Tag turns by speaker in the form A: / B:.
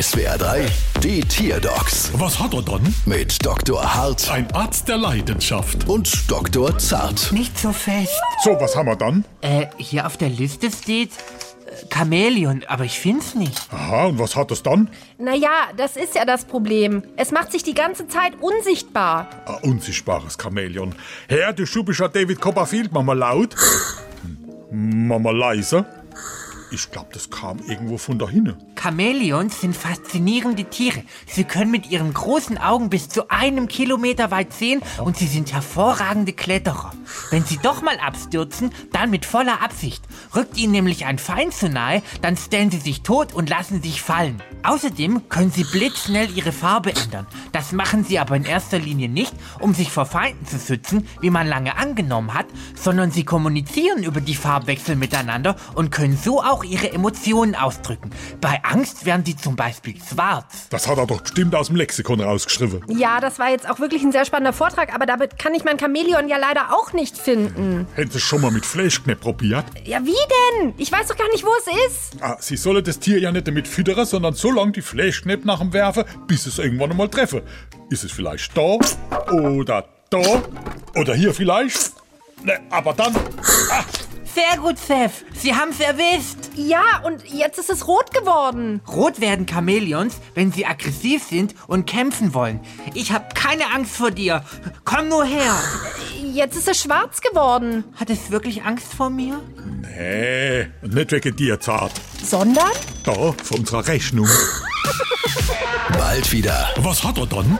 A: SWR 3, die Tierdocs
B: Was hat er dann?
A: mit Dr. Hart
B: Ein Arzt der Leidenschaft.
A: und Dr. Zart.
C: Nicht so fest.
B: So, was haben wir dann?
C: Äh, hier auf der Liste steht äh, Chamäleon, aber ich find's nicht.
B: Aha, und was hat es dann?
D: Naja, das ist ja das Problem. Es macht sich die ganze Zeit unsichtbar.
B: Ein unsichtbares Chamäleon. Herr, du schubischer David Copperfield, mach mal laut. Hm, mach mal leise. Ich glaube, das kam irgendwo von da hinne.
C: Chamäleons sind faszinierende Tiere. Sie können mit ihren großen Augen bis zu einem Kilometer weit sehen und sie sind hervorragende Kletterer. Wenn sie doch mal abstürzen, dann mit voller Absicht. Rückt ihnen nämlich ein Feind zu nahe, dann stellen sie sich tot und lassen sich fallen. Außerdem können sie blitzschnell ihre Farbe ändern. Das machen sie aber in erster Linie nicht, um sich vor Feinden zu schützen, wie man lange angenommen hat, sondern sie kommunizieren über die Farbwechsel miteinander und können so auch ihre Emotionen ausdrücken. Bei Angst werden sie zum Beispiel schwarz.
B: Das hat er doch bestimmt aus dem Lexikon rausgeschrieben.
D: Ja, das war jetzt auch wirklich ein sehr spannender Vortrag, aber damit kann ich mein Chamäleon ja leider auch nicht finden.
B: Hätten Sie schon mal mit Fleischknepp probiert?
D: Ja, wie denn? Ich weiß doch gar nicht, wo es ist.
B: Ah, Sie sollen das Tier ja nicht damit füttern, sondern so lange die Fleischknepp nach dem werfen, bis es irgendwann einmal treffen. Ist es vielleicht da? Oder da? Oder hier vielleicht? Ne, aber dann... Ah,
C: Sehr gut, Seth. Sie haben's erwischt.
D: Ja, und jetzt ist es rot geworden.
C: Rot werden Chamäleons, wenn sie aggressiv sind und kämpfen wollen. Ich hab keine Angst vor dir. Komm nur her.
D: Jetzt ist es schwarz geworden.
C: Hat es wirklich Angst vor mir?
B: nee, nicht wegen dir, Zart.
D: Sondern?
B: Da, von unserer Rechnung.
A: Bald wieder.
B: Was hat er dann?